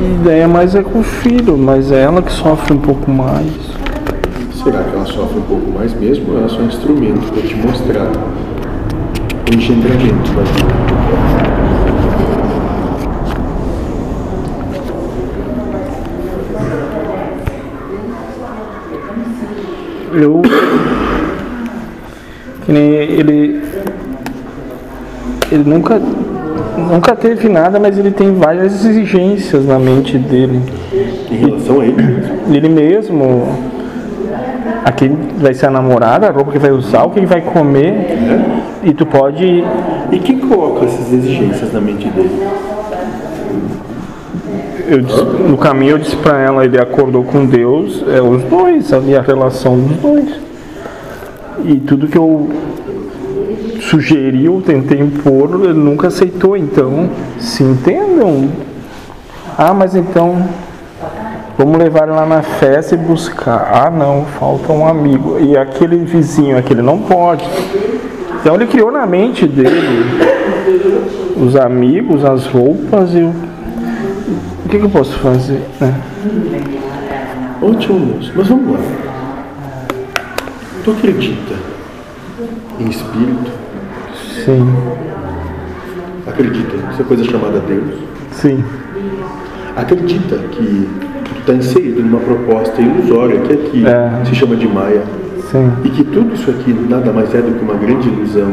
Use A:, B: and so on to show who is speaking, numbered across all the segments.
A: ideia, mas é com o filho, mas é ela que sofre um pouco mais.
B: Será que ela sofre um pouco mais mesmo? Ela só é um instrumento para te mostrar o engendramento da vida.
A: Eu. Que nem ele. Ele nunca. Nunca teve nada, mas ele tem várias exigências na mente dele.
B: Em relação a ele mesmo.
A: Ele mesmo. Aqui vai ser a namorada, a roupa que vai usar, o que ele vai comer. E tu pode.
B: E quem coloca essas exigências na mente dele?
A: eu disse- no caminho eu disse pra ela, ele acordou com Deus, é os dois, ali a relação dos dois. E tudo que eu sugeri, eu tentei impor, ele nunca aceitou, então se entendam. Ah, mas então vamos levar ele lá na festa e buscar. Ah não, falta um amigo. E aquele vizinho, aquele não pode. Então ele criou na mente dele os amigos, as roupas e o o que, que eu posso fazer? É.
B: Ontem almoço. Mas vamos lá. Tu acredita em espírito?
A: Sim,
B: Acredita nessa coisa chamada Deus?
A: sim,
B: Acredita que tu está inserido numa proposta ilusória que aqui
A: É.
B: se chama de Maia
A: sim,
B: e que tudo isso aqui nada mais é do que uma grande ilusão,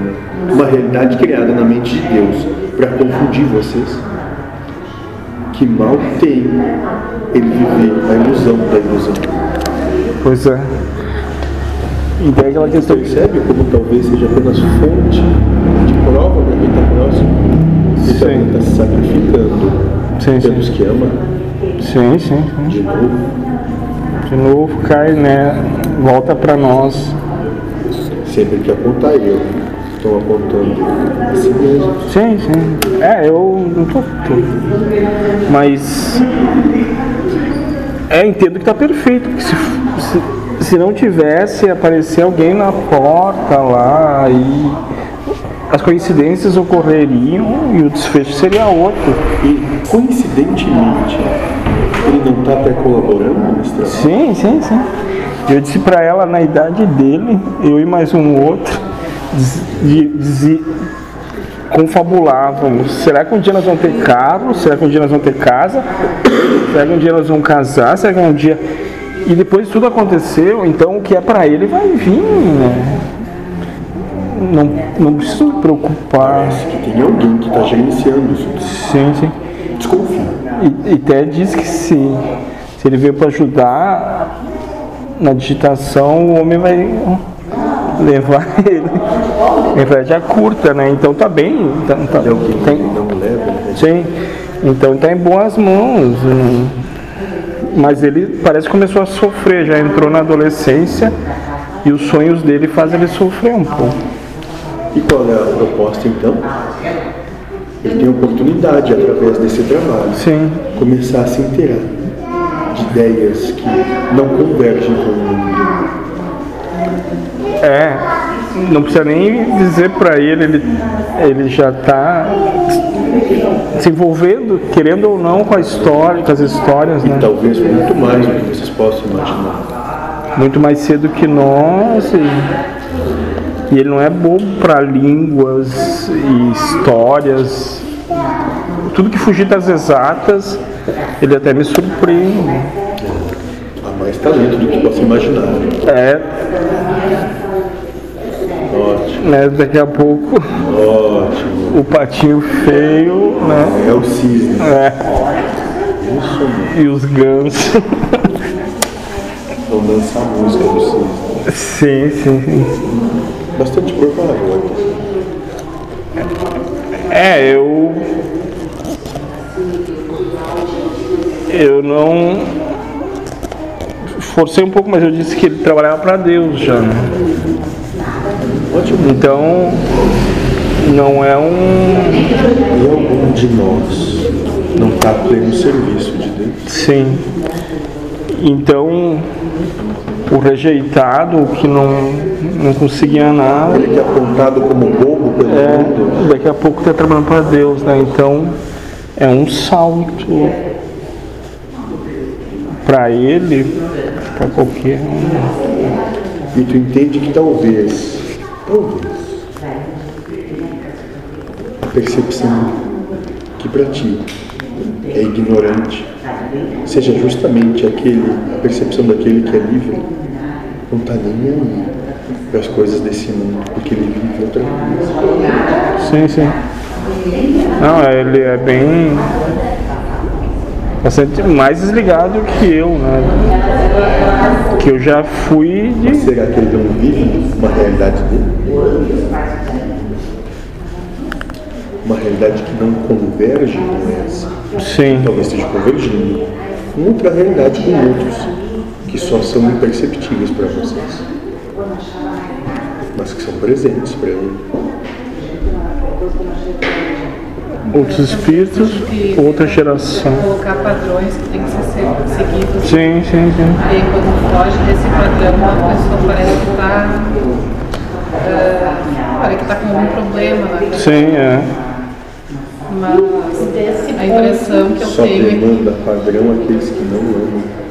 B: uma realidade criada na mente de Deus para confundir vocês? Que mal tem ele viver a ilusão da ilusão.
A: pois é. E daí aquela questão.
B: Percebe como talvez seja apenas fonte de prova para quem está próximo? E para quem
A: Sim.
B: está se sacrificando
A: Sim,
B: pelos
A: sim.
B: que ama,
A: Sim, sim, sim.
B: de novo.
A: De novo cai, né? Volta pra nós.
B: Sempre que apontar eu, estou apontando a si mesmo.
A: Sim, sim. É, eu não tô. tô- Mas. É, entendo que tá perfeito. porque se, se, se não tivesse, aparecer alguém na porta lá e. As coincidências ocorreriam e o desfecho seria outro.
B: E, coincidentemente, ele não está até colaborando nesse trabalho.
A: Sim, sim, sim. Eu disse pra ela na idade dele, eu e mais um outro, diz- de- dizi- confabulávamos. Será que um dia nós vamos ter carro? Será que um dia nós vamos ter casa? Será que um dia nós vamos casar? Será que um dia. E depois tudo aconteceu, então o que é pra ele vai vir, né? Não, não preciso me preocupar.
B: Parece que tem alguém que está tá gerenciando isso.
A: Sim, sim.
B: Desconfio.
A: E, e até diz que se, se ele veio para ajudar na digitação, o homem vai levar ele. Ele vai já curta, né? Então tá bem. Tá, tá-
B: É alguém que
A: tem-
B: não leva. né?
A: sim. Então tá em boas mãos. hum. Mas ele parece que começou a sofrer, já entrou na adolescência e os sonhos dele fazem ele sofrer um pouco.
B: E qual é a proposta, então? Ele tem a oportunidade, através desse trabalho,
A: Sim,
B: começar a se inteirar de ideias que não convergem com o mundo.
A: É, não precisa nem dizer pra ele, ele, ele já tá se envolvendo, querendo ou não, com a história, com as histórias, né?
B: E talvez muito mais do que vocês possam imaginar.
A: Muito mais cedo que nós. E, e ele não é bobo pra línguas e histórias. Tudo que fugir das exatas, ele até me surpreende.
B: Há mais talento do que possam imaginar.
A: É,
B: Ótimo,
A: né, daqui a pouco
B: ótimo.
A: o patinho feio, né?
B: É o cisne.
A: É,
B: Isso mesmo.
A: e os gansos.
B: Vamos dançar a música do cisne.
A: Sim, sim, sim.
B: Bastante provável até.
A: É, eu. Eu não. Forcei um pouco, mas eu disse que ele trabalhava para Deus já. né?
B: Ótimo.
A: Então. Não é um.
B: E algum de nós não está pleno serviço de Deus?
A: Sim. Então. O rejeitado, o que não, não conseguia nada.
B: Ele que é apontado como bobo pelo mundo.
A: É, daqui a pouco tá trabalhando para Deus, né? Então é um salto para ele, para qualquer um.
B: E tu entende que talvez, talvez, a percepção que para ti é ignorante seja justamente aquele, a percepção daquele que é livre, não está nem aí para as coisas desse mundo, porque ele vive outra coisa.
A: Sim, sim. Não, ele é bem. bastante mais desligado que eu, né? Que eu já fui
B: Mas
A: de.
B: será que ele não vive uma realidade dele? Uma realidade que não converge com essa.
A: Sim,
B: talvez esteja convergindo com outra realidade com outros que só são imperceptíveis para vocês, mas que são presentes para ele.
A: outros espíritos, outra geração.
C: Colocar padrões que tem que ser se- seguidos.
A: Sim, sim, sim.
C: E aí, quando foge desse padrão, a pessoa parece que está. Olha, que está com algum problema, né?
A: Sim, é.
C: Mas a impressão que eu
B: Só
C: tenho é que
B: demanda padrão aqueles que não amam.